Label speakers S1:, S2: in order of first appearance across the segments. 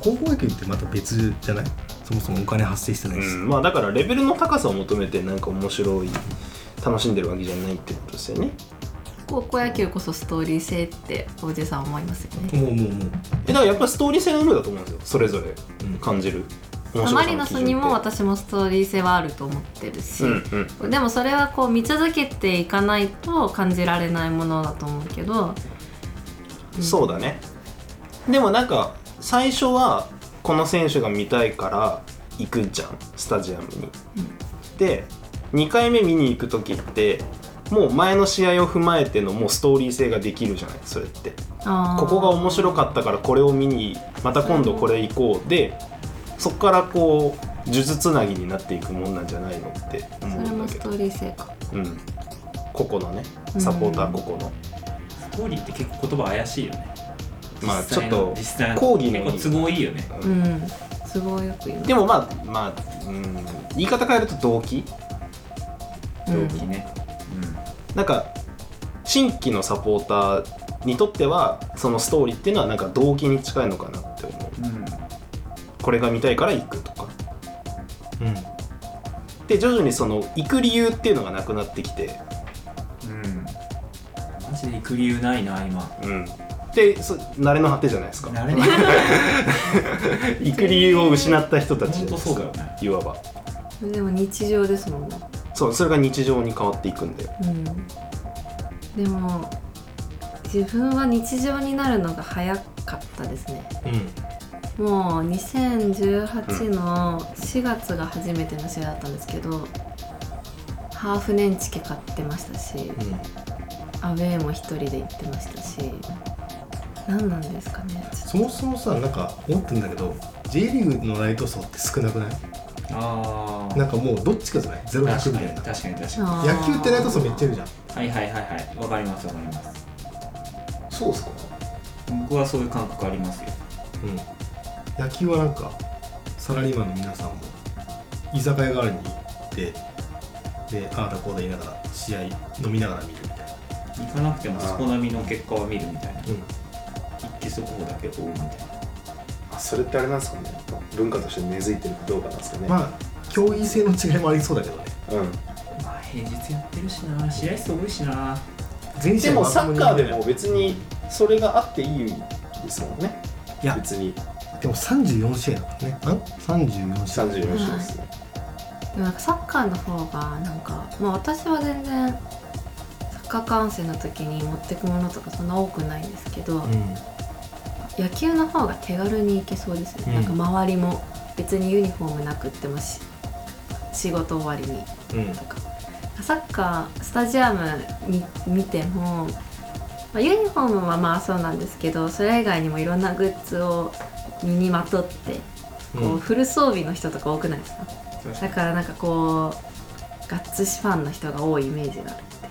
S1: 高校野球ってまた別じゃないそもそもお金発生してな
S2: う
S1: いし、
S2: んまあだからレベルの高さを求めてなんか面白い楽しんでるわけじゃないってことですよね
S3: 高校野球こそストーリー性っておじさん思いますよね
S1: もうもうもう
S2: えだからやっぱストーリー性の有無だと思うんですよそれぞれ
S1: うん
S2: 感じる面白
S3: あ
S2: さの
S3: マ
S2: 基準って
S3: リノスにも私もストーリー性はあると思ってるし、
S2: うんうん
S3: でもそれはこう見続けていかないと感じられないものだと思うけど
S2: そうだねでもなんか最初はこの選手が見たいから行くじゃんスタジアムに、で2回目見に行く時ってもう前の試合を踏まえてのもうストーリー性ができるじゃないそれって
S3: あー
S2: ここが面白かったからこれを見にまた今度これ行こうでそこからこう数珠つなぎになっていくもんなんじゃないのって思
S3: それ
S2: うん
S3: も
S2: だけ
S3: ス
S2: ど
S3: トーリー性か
S2: うん個々のねサポーター個々の
S4: ストーリーって結構言葉怪しいよね
S2: まあ
S4: 実際
S2: ちょっと
S4: の実際の
S2: 講義の
S4: 結構都合いいよね
S2: うん
S3: うんすごいよく言う
S2: でもまあまあ、うん、言い方変えると動機
S3: うん
S4: 動機ね
S2: なんか新規のサポーターにとってはそのストーリーっていうのはなんか動機に近いのかなって思う
S4: うん、うん、
S2: これが見たいから行くとかうんで徐々にその行く理由っていうのがなくなってきて
S4: うん、マジで行く理由ないな今
S2: うんでそ慣れの果てじゃない ですか
S4: 慣れねえ
S2: 行く理由を失った人たちじゃないで
S4: 本当
S2: す
S4: そう
S2: か
S4: だよね
S2: いわば
S3: でも日常ですもんね
S2: そうそれが日常に変わっていくんだよ
S3: うんでも自分は日常になるのが早かったですね
S2: う
S3: もう2018の4月が初めての試合だったんですけど、ハーフネンチケ買ってましたし、
S2: んうん
S3: アウェーも一人で行ってましたし何なんですかね
S1: そもそもさなんか思ってんだけど J リーグのライト層って少なくない
S4: ああ
S1: なんかもうどっちかじゃないゼロ100
S4: 確
S1: み
S4: か
S1: た
S4: に
S1: いな
S4: 確かに確か
S3: 野
S1: 野球ってライト層めっちゃいるじゃん
S4: にはいはいはいはいわかりますわかります
S2: そうっすか
S4: 僕はそういう感覚ありますよ
S1: うん野球はなんかサラリーマンの皆さんも居酒屋代わりに行ってでああだこうだ言いながら試合飲みながら見るみたいな
S4: 行かなくてもそこ並みの結果を見るみたいな
S1: うん
S4: 一気そこだけ追うみたい
S2: あそれってあれなんですかね文化として根付いてるかどうかなんですかね
S1: まあ競技性の違いもありそうだけどね
S2: うん
S4: なまあ平日やってるしな試合数多いしな
S1: 全
S2: でもサッカーでも
S1: い
S2: 別にそれがあっていいですもんね
S1: や
S2: 別に
S1: でも34試合だからねあん34試合
S2: 34勝ですね、
S3: でもなんかサッカーの方がなんか、まあ、私は全然サッカー観戦の時に持ってくものとかそんな多くないんですけど、
S1: うん
S3: 野球の方が手軽に行けそうですよね、
S1: うん
S3: なんか周りも別にユニフォームなくってもし仕事終わりに
S1: うん
S3: とかサッカースタジアムに見ても、まあ、ユニフォームはまあそうなんですけどそれ以外にもいろんなグッズを身にまとってこうフル装備の人とか多くないですか、だからなんかこうガッツシファンの人が多いイメージがあ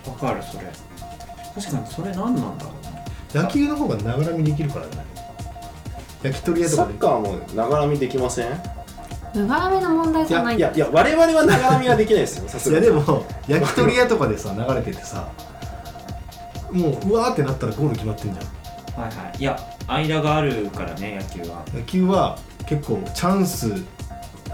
S3: る
S4: わかるそれ確かにそれ何なんだろうな
S1: 野球の方がながらみできるからじゃない焼き鳥屋と
S2: サ
S1: か
S2: ッカーもながらみできませんい
S3: ぬがらめの問題じゃな
S2: や
S3: い
S2: いやいや我々はながらみはできないですよさす
S1: い
S2: が
S1: や
S2: に
S1: でも焼き鳥屋とかでさ流れててさもううわーってなったらゴール決まってんじゃん
S4: はいはいいや間があるからね野球は
S1: 野球は結構チャンス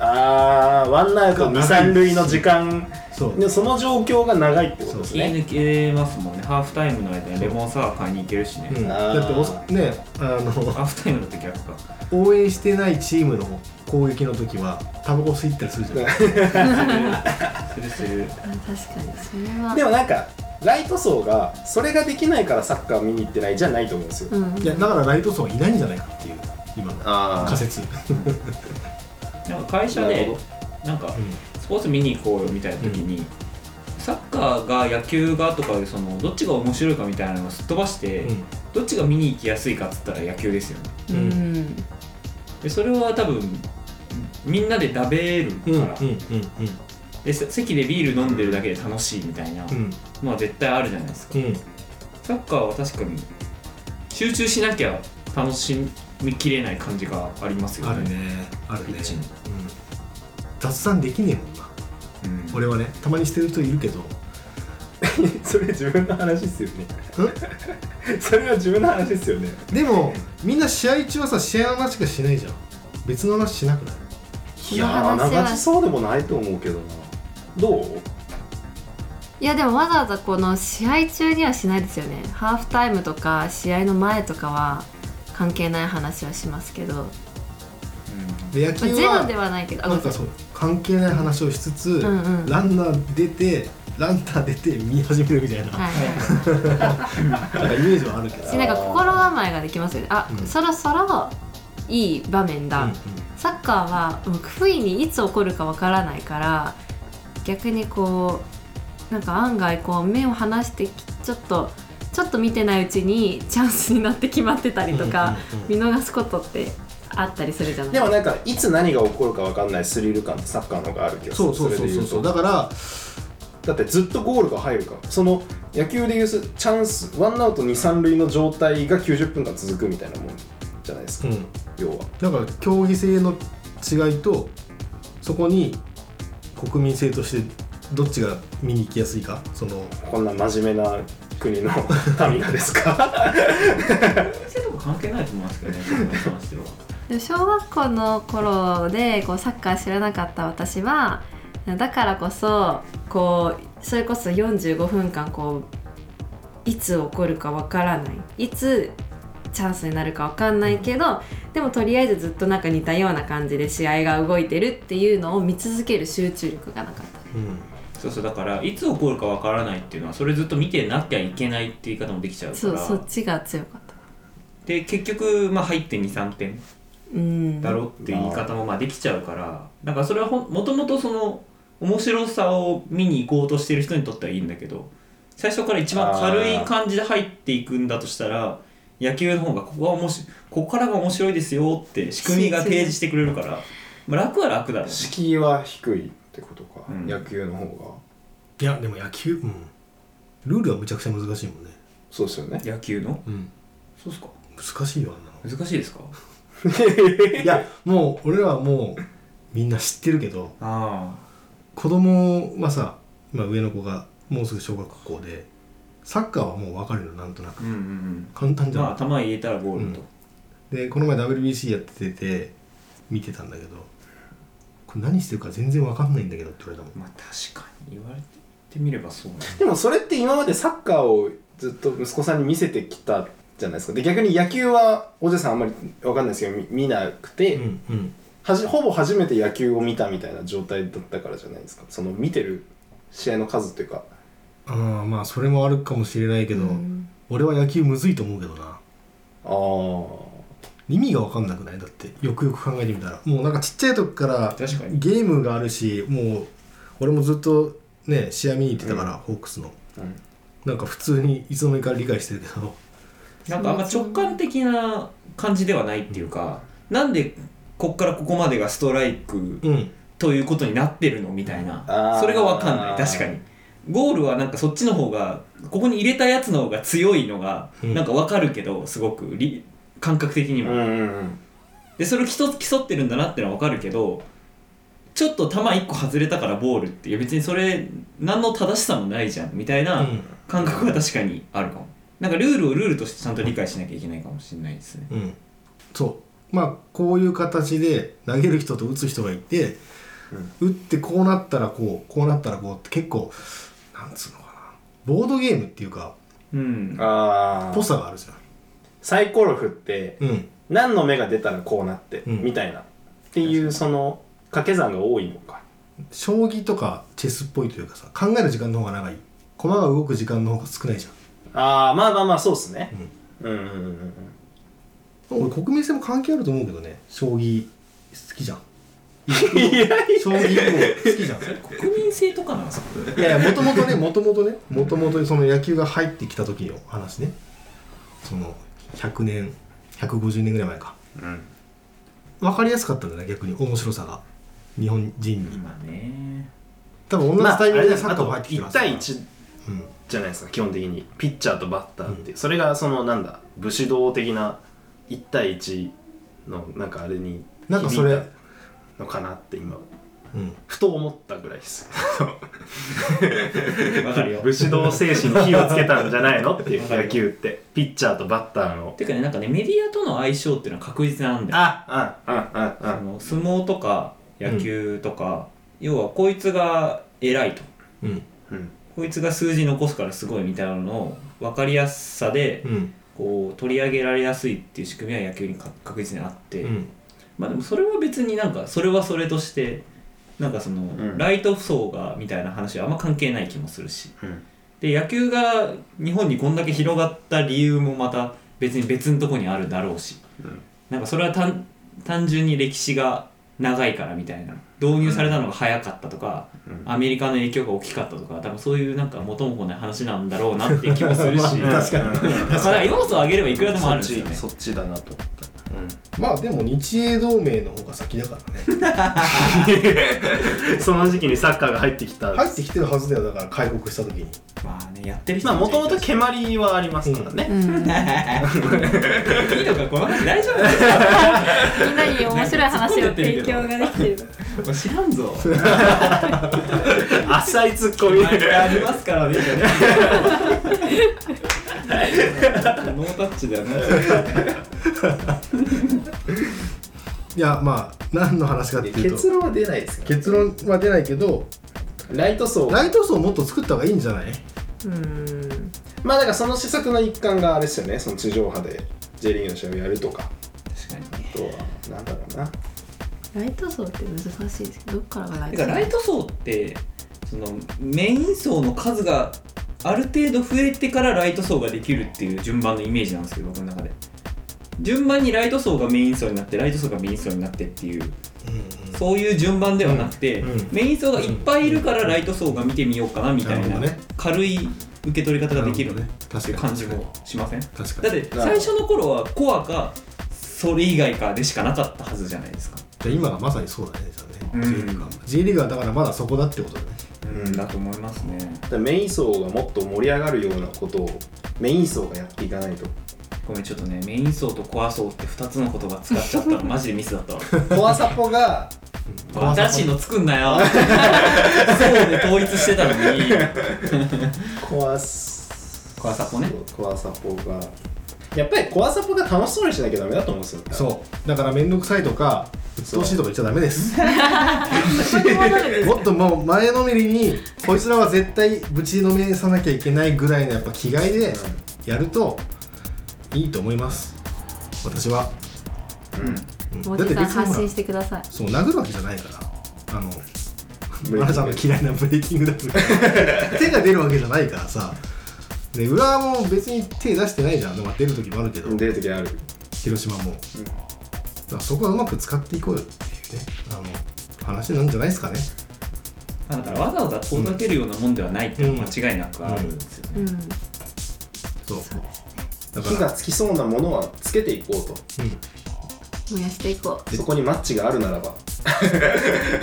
S2: あーワンアウト二三塁の時間
S1: そう
S2: でその状況が長いってことです
S4: 気
S2: ね
S4: 抜けますもんねハーフタイムの間にレモンサワー買いに行けるしね、
S1: うん、
S2: あー
S1: だっておそねあの
S4: ハーフタイムだと逆か
S1: 応援してないチームの攻撃の時はタバコ吸いったりするじゃん、
S4: するする
S3: あ確かにそれは
S2: でもなんかライト層がそれができないからサッカー見に行ってないじゃないと思うんですよ、
S3: うんうん
S1: いやだからライト層はいないんじゃないかっていう今の
S2: あ
S1: 仮説、
S4: なんか会社
S2: なる
S4: で
S2: ほ
S4: なんかスポーツ見に行こうよみたいな時に、サッカーが野球がとかでそのどっちが面白いかみたいなのをすっ飛ばして、
S1: うん
S4: どっちが見に行きやすいかっつったら野球ですよね
S3: うんうん
S4: でそれは多分みんなで食べるから、
S1: うんうんうん
S4: でせ席でビール飲んでるだけで楽しいみたいな、
S1: うん
S4: まあ絶対あるじゃないですか
S1: うん
S4: サッカーは確かに集中しなきゃ楽しみきれない感じがありますよ
S1: ある
S4: ね。
S1: ねある
S4: ピ
S1: ね
S4: ッチに
S1: うん雑談できねえもんな
S4: うん
S1: 俺はねたまにしてる人いるけど
S2: それ自分の話ですよね それは自分の話ですよね
S1: でもみんな試合中はさ試合の話しかしないじゃん別の話しなくない
S3: こ
S2: い
S3: の
S2: やー
S3: 話
S2: 長
S3: は
S2: そうでもないと思うけどなどう
S3: いやでもわざわざこの試合中にはしないですよねハーフタイムとか試合の前とかは関係ない話はしますけど、ま
S1: で野
S3: あ
S1: 球
S3: ゼロで
S1: は
S3: はないけどあ
S1: なんかそう関係ない話をしつつ、
S3: うんうん
S1: ランナー出てランナー出て見始めるみたい な,、
S3: はいはい
S1: なんかイメージはあるけど
S3: しなんか心構えができますよねあ、
S1: うん
S3: そろそろいい場面だ、
S1: うんうん
S3: サッカーはうん不意にいつ起こるかわからないから逆にこうなんか案外こう目を離してきちょっとちょっと見てないうちにチャンスになって決まってたりとか、
S1: うんうんうん
S3: 見逃すことってあったりするじゃない
S2: で
S3: か
S2: もなんかいつ何が起こるか分かんないスリル感ってサッカーの方があるけど
S1: そうそうそうそうそうだから
S2: だってずっとゴールが入るからその野球でいうチャンスワンアウト二三塁の状態が90分間続くみたいなもんじゃないですか、
S1: うん
S2: 要は
S1: だから競技性の違いとそこに国民性としてどっちが見に行きやすいかその
S2: こんな真面目な国の民がですか
S4: 性とか関係ないと思いますけどね、そこに関 しては。
S3: でも小学校の頃でこうサッカー知らなかった私はだからこそこうそれこそ45分間こういつ起こるかわからないいつチャンスになるかわかんないけどでもとりあえずずっとなんか似たような感じで試合が動いてるっていうのを見続ける集中力がなかった
S4: そうそう、だから、いつ起こるかわからないっていうのは、それずっと見てなきゃいけないっていう言い方もできちゃうか
S3: そうそ
S4: ら
S3: っ。ちが強かった
S4: で、結局、まあ、入って2、3点
S3: うん
S4: だろっていう言い方もまあできちゃうから、だからそれはほんもともとその、面白さを見に行こうとしてる人にとってはいいんだけど、最初から一番軽い感じで入っていくんだとしたら、野球の方がここが面白い、ここからが面白いですよって仕組みが提示してくれるから、まあ、楽は楽だろう ね。
S2: 敷居は低いってことか、
S4: うん
S2: 野球の方が
S1: いやでも野球、うん、ルールはむちゃくちゃ難しいもんね、
S2: そうですよ ね
S4: 野球の
S1: うん、
S4: そうっすか
S1: 難しいよあんな
S4: 難しいですか
S1: のいやもう俺らはもうみんな知ってるけど
S4: あ
S1: 子供はさ、まあ、上の子がもうすぐ小学校でサッカーはもう分かるのなんとな
S4: あ
S1: く
S4: うんうん
S1: 簡単
S4: うん
S1: じゃ
S4: ま
S1: な
S4: あ
S1: い
S4: 頭入れたらゴールと、
S1: でこの前 WBC やってて見てたんだけどこれ何してるか全然わかんないんだけどって言われたもん
S4: まあ確かに言われてみればそうなんだ
S2: でもそれって今までサッカーをずっと息子さんに見せてきたじゃないですかで逆に野球はおじさんあんまりわかんないですけどみ見なくて、
S1: うんうん
S2: はじほぼ初めて野球を見たみたいな状態だったからじゃないですかその見てる試合の数というか
S1: あーまあそれもあるかもしれないけど、
S3: うん
S1: 俺は野球むずいと思うけどな
S2: ああ
S1: 意味がわかんなくないだってよくよく考えてみたらもうなんかちっちゃい時から
S4: 確かに
S1: ゲームがあるしもう俺もずっとね試合見に行ってたから、ホークスの
S2: うん
S1: なんか普通にいつの間にか理解してるけど
S4: なんかあんま直感的な感じではないっていうか、なんでこっからここまでがストライク
S1: うん
S4: ということになってるのみたい
S2: あ
S4: な
S2: ー
S4: それがわかんない確かにゴールはなんかそっちの方がここに入れたやつの方が強いのが
S1: うん
S4: なんかわかるけどすごくり感覚的にも、
S2: うんうん
S4: でそれを競競ってるんだなってのは分かるけどちょっと球1個外れたからボールっていや別にそれ何の正しさもないじゃんみたいうなん感覚は確かにあるかもなんかルールをルールとしてちゃんと理解しなきゃいけないかもしれないですね
S1: うんそうまあこういう形で投げる人と打つ人がいて、打ってこうなったらこうこうなったらこうって結構なんつうのかなボードゲームっていうか
S4: うん
S2: あ
S1: ぽ
S2: あ
S1: さがあるじゃん
S2: サイコロ振って
S1: うん
S2: 何の目が出たらこうなって、
S1: うん
S2: みたいなっていうその掛け算が多いのか
S1: 将棋とかチェスっぽいというかさ考える時間の方が長い駒が動く時間の方が少ないじ
S2: ああまあまあまあそうっすね、うん、うんうんうんうん
S1: ゃん俺国民性も関係あると思うけどね将棋好きじゃん将棋も好きじゃん
S4: 国民性とかなんですか
S1: いやいやもともとねもともとねもともとその野球が入ってきた時の話ねその100年150年ぐらい前か
S4: うん
S1: 分かりやすかったんだね逆に面白さが日本人に
S4: 今ね
S1: 多分同
S2: ま
S1: じ
S2: ああ
S1: タイミング
S2: れ
S1: で
S2: だ
S1: サ
S2: あ
S1: ッカー
S2: と
S1: も入ってきて
S2: 1
S1: ますから
S2: 対1
S1: うん
S2: じゃないですか基本的にピッチャーとバッターっていう、それがそのなんだ武士道的な1対1のなんかあれに
S1: なんかそれ
S2: 響いたのかなって今
S1: うん
S2: ふと思ったぐらいです
S4: わか るよ
S2: 武士道精神に火をつけたんじゃないのってい
S4: わ
S2: う
S4: かる
S2: 野球 ってピッチャーとバッターの
S4: てかねなんかねメディアとの相性っていうのは確実なんだよ
S2: あうんうんうんうん
S4: あの相撲とか野球とか、要はこいつが偉いと
S1: うん
S2: うん
S4: こいつが数字残すからすごいみたいなのを分かりやすさで
S1: うん
S4: こう取り上げられやすいっていう仕組みは野球にか確実にあって、
S1: うん
S4: まあでもそれは別になんかそれはそれとしてなんかその、
S2: ん
S4: ライト層がみたいな話はあんま関係ない気もするし
S2: うん
S4: で野球が日本にこんだけ広がった理由もまた別に別のとこにあるだろうし、
S2: うん
S4: なんかそれは単単純に歴史が長いからみたいな導入されたのが早かったとか、
S2: うん
S4: アメリカの影響が大きかったとか多分そういうなんか元も子もない話なんだろうなっていう気もするし、
S1: まあ確かに
S4: まあだから要素を上げればいくらでもあ
S2: そ
S4: る
S2: っ
S4: んです
S2: ちそ
S4: よね
S2: っちだなと思った、うん
S1: まあでも日英同盟の方が先だからね
S2: その時期にサッカーが入ってきた。
S1: 入ってきてるはずだよだから開国した時に
S4: まあねやってる人
S2: まあ、もともと
S4: い
S2: 蹴鞠はありますからね。
S3: うん、みん な
S4: るいいのかこの話大丈夫
S3: に面白い話を提供ができてる
S4: もう知らんぞ
S2: 浅いツッコミ。
S4: 毎回ありますからねノータッチだよね
S1: いやまあ何の話かっていうと
S5: 結論は出ないですから
S1: 結論は出ないけど
S5: ライト層
S1: ライト層をもっと作った方がいいんじゃない
S3: うん
S5: まあだからその施策の一環があれですよねその地上波で J リーグの試合をやるとか
S4: 確かにね
S5: あとはなんだろうな
S3: ライト層って難しいですけどどっからがライ
S4: だ
S3: ト層
S4: からライト層ってそのメイン層の数がある程度増えてからライト層ができるっていう順番のイメージなんですけど僕の中で順番にライト層がメイン層になってライト層がメイン層になってっていうそういう順番ではなくて、
S1: うんうん
S4: メイン層がいっぱいいるからライト層が見てみようかなみたい
S1: なる
S4: な
S1: ほどね
S4: 軽い受け取り方ができる
S1: なるほどね
S4: っていう感じもしませんだ
S1: 確かに
S4: って最初の頃はコアかそれ以外かでしかなかったはずじゃないですか
S1: じゃあ今がまさにそうだねじゃあ
S4: うん
S1: ね J リーグは J リーグはだからまだそこだってことだね
S4: うんだと思いますね
S5: だからメイン層がもっと盛り上がるようなことをメイン層がやっていかないと
S4: ごめんちょっとねメイン層とコア層って2つの言葉使っちゃったのマジでミスだった わ
S5: コアサポが
S4: 新しいの作んなよ そうで統一してたのに
S5: コアサ
S4: コアサポね
S5: コアサポがやっぱりコアサポが楽しそうにしなきゃダメだと思うんですよ
S1: そうだから面倒くさいとか鬱陶しいとか言っちゃダメです
S3: そこに戻るんです
S1: もっともう前のめりにこいつらは絶対ぶちのめさなきゃいけないぐらいのやっぱ気概でやるといいと思います私は、うん
S3: モジさん発信
S1: ら
S3: してください
S1: そう殴るわけじゃないからあの
S5: ブレイキング
S1: マラさんの嫌いなブレーキングダウン 手が出るわけじゃないからさで裏も別に手出してないじゃんでも出る時もあるけど
S5: 出る時ある
S1: 広島も、だからそこはうまく使っていこうよっていうねあの話なんじゃないですかね
S4: だからわざわざ遠ざけるようなもんではないっていうのは間違いなくあるんですよね、
S3: うん
S1: そうだか
S5: 火が
S1: ら
S5: つきそうなものはつけていこう
S1: うん
S3: 燃やしていこ
S5: とそこにマッチがあるならば
S1: だ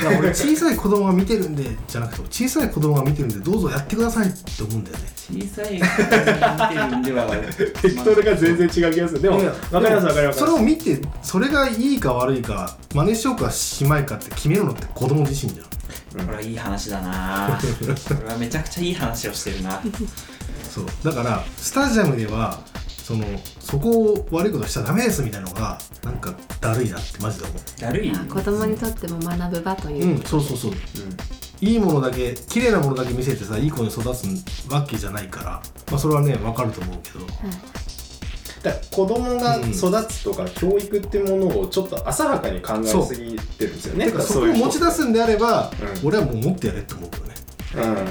S1: から俺小さい子供が見てるんでじゃなくて小さい子供が見てるんでどうぞやってくださいって思うんだよね
S4: 小さいから見てるんでは
S5: が全然違う気がするでも分かります分かります
S1: それを見てそれがいいか悪いか真似しようかしまいかって決めるのって子供自身じゃん
S4: これはいい話だなこれはめちゃくちゃいい話をして るな
S1: そうだからスタジアムではそのそこを悪いことしちゃダメですみたいなのがなんかだるいなってマジで思
S4: だる
S3: う
S4: い
S3: まあ子供にとっても学ぶ場というう、
S1: うんそうそうそういいものだけ綺麗なものだけ見せてさいい子に育つわけじゃないから、まあ、それはね分かると思うけど
S5: だから子供が育つとか教育ってものをちょっと浅はかに考えすぎてるんですよね
S1: てかそこを持ち出すんであれば、
S5: うん
S1: 俺はもう持ってやれって思うけどね
S5: うんうんうんうん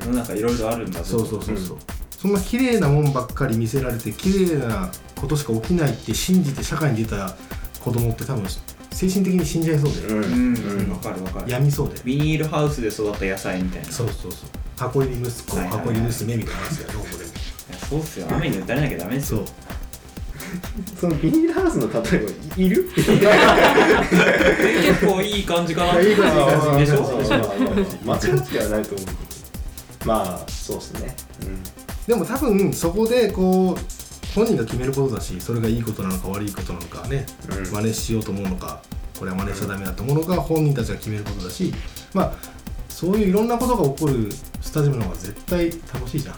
S4: 世の中いろいろあるんだぞ
S1: そうそうそうそう、そんな綺麗なもんばっかり見せられて綺麗なことしか起きないって信じて社会に出た子供って多分精神的に死んじゃいそうで、
S5: うんう
S4: うんんうんわかるわかる
S1: 病みそうで
S4: ビニールハウスで育った野菜みたいな
S1: そうそうそう箱入り息子、
S4: はいはいはい
S1: 箱入り娘みたいな話だよこれ
S4: いやそうっすよ雨に打たれなきゃダメです
S1: そ
S4: よ
S1: う
S5: そのビニールハウスの例えばいるいや
S4: 結構いい感じかな
S1: いい感じいい感じ
S4: でしょ
S5: そうそう間違ってはないと思うけどまあそうですね
S1: でも多分そこでこう本人が決めることだしそれがいいことなのか悪いことなのかね、
S5: うん
S1: 真似しようと思うのかこれは真似しちゃダメだと思うのか本人たちが決めることだしまあそういういろんなことが起こるスタジアムの方が絶対楽しいじゃん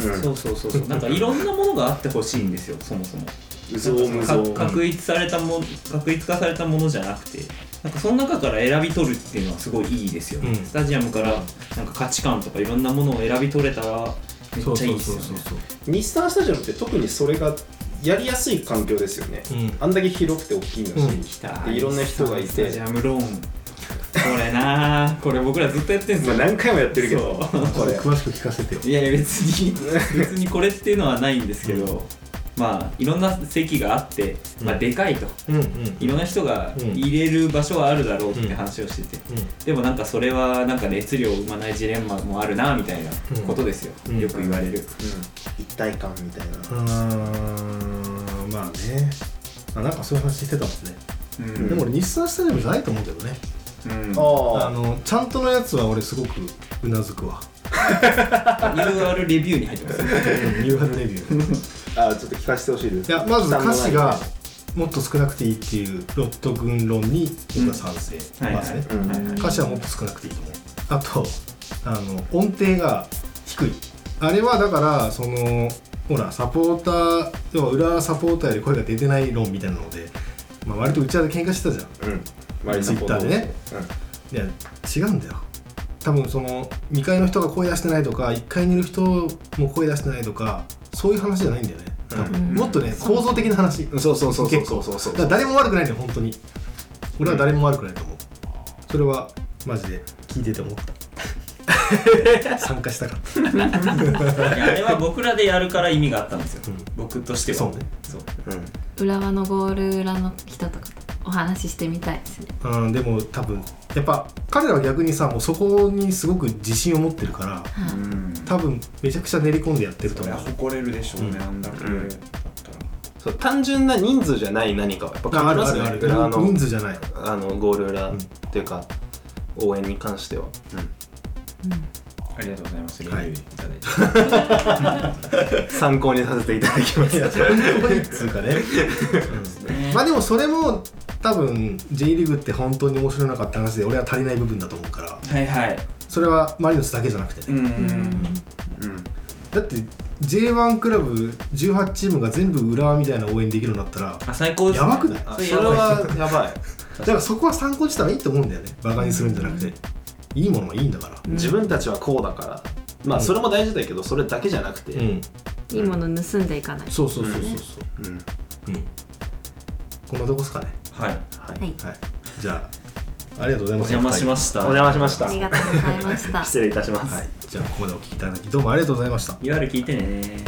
S5: うんうん
S4: そうそうそうそうなんかいろんなものがあってほしいんですよそもそも
S5: うぞうむぞう
S4: か確立されたも確立化されたものじゃなくてなんかその中から選び取るっていうのはすごいいいですよね、
S1: うん
S4: スタジアムからなんか価値観とかいろんなものを選び取れたらめっちゃいいですよね
S5: 日産スタジアムって特にそれがやりやすい環境ですよね、
S1: うん
S5: あんだけ広くて大きいのし、
S1: うん
S4: 来た
S5: でいろんな人がいて
S4: スタジアムローンこれなあこれ僕らずっとやってんす
S5: ま
S4: よ、
S5: あ、何回もやってるけど
S4: そう
S5: これ
S1: 詳しく聞かせてよ
S4: いやいや別に別にこれっていうのはないんですけど、まあいろんな席があって、まあ、でかいと、
S1: うんうん
S4: いろんな人が
S1: うん
S4: 入れる場所はあるだろうって
S1: うん
S4: 話をしてて、でもなんかそれはなんか熱量を生まないジレンマもあるなみたいなことですよ、
S1: うん
S4: よく言われる、
S5: うん、一体感みたいな、
S1: うーんまあねあなんかそういう話してたもんね、
S4: うん
S5: うん
S1: でも俺日産スタジアムじゃないと思うけどね
S4: うん
S5: あ
S1: あのちゃんとのやつは俺すごくうなずくわ
S4: UR レビューに入ってます ね
S1: UR レビュー
S5: あちょっと聞かせてほしいです
S1: いやまず歌詞がもっと少なくていいっていうロット軍論に僕は賛成
S4: はい
S1: ま
S4: はい
S1: す
S4: は
S1: ね
S5: うん
S4: いはい
S1: 歌詞はもっと少なくていいと思うあとあの音程が低いあれはだからそのほらサポーター要は裏サポーターより声が出てない論みたいなので、まあ、割とうちらで喧嘩してたじゃん
S5: うんマリサポート
S1: Twitter でねいや違うんだよ多分その2階の人が声出してないとか1階にいる人も声出してないとかそういう話じゃないんだよね多分、
S3: うん
S1: もっとね構造的な話
S5: うん、そうそうそうそうそうそうそう
S1: だから誰も悪くないんだよ本当に俺は誰も悪くないと思う、それはマジで聞いてて思った参加したかった
S4: いやあれは僕らでやるから意味があったんですよ、
S1: うん
S4: 僕としては
S1: そうね
S4: そう
S5: うん
S3: 浦和のゴール裏の人とかお話ししてみたいですね
S1: うん、でも多分やっぱ彼らは逆にさもうそこにすごく自信を持ってるから
S3: はい、
S4: うん
S1: 多分めちゃくちゃ練り込んでやってると
S4: そ
S1: 思
S4: りゃ
S1: う
S4: 誇れるでしょうね、
S1: うん
S4: あんだけ
S5: うん
S4: だったら
S2: そう単純な人数じゃない何かはやっぱ
S1: ああ
S2: り
S1: るあ
S2: ます
S1: る
S2: ね
S1: ある
S2: 裏の
S1: 人数じゃ ない
S2: あのゴール裏
S1: うん
S2: っていうか、応援に関しては、
S4: ありがとうございますレビ
S1: はい
S4: ューいただいて、
S2: 参考にさせていただきま
S1: い
S2: す
S1: や、それもいいっつうかね。うんまあでもそれも多分 J リーグって本当に面白いなかった話で俺は足りない部分だと思うから
S4: はいはい
S1: それはマリノスだけじゃなくて
S4: う
S1: ね、
S4: ん
S5: うん
S1: だって J1 クラブ18チームが全部浦和みたいな応援できるようになったら
S4: あ最高です、
S1: やばくない
S2: あ
S4: それ
S2: そ
S4: や
S2: れ
S4: ばい
S2: はやばい
S1: だからそこは参考にしたらいいと思うんだよねバカにするんじゃなくていいものはいいんだから
S2: 自分たちはこうだからまあそれも大事だけどそれだけじゃなくて、
S1: うん
S3: いいもの盗んでいかない
S1: そうそうそうそうそう
S5: うん
S1: うんこんなとこっすかね
S4: はい
S3: はい
S1: はいじゃあありがとうござい
S4: お
S1: ます
S4: 邪魔しました、
S2: お邪魔しました
S3: ありがとうございました
S2: 失礼いたします、
S1: はい、じゃあここまでお聞きいただきどうもありがとうございました
S4: いわゆる聞いてね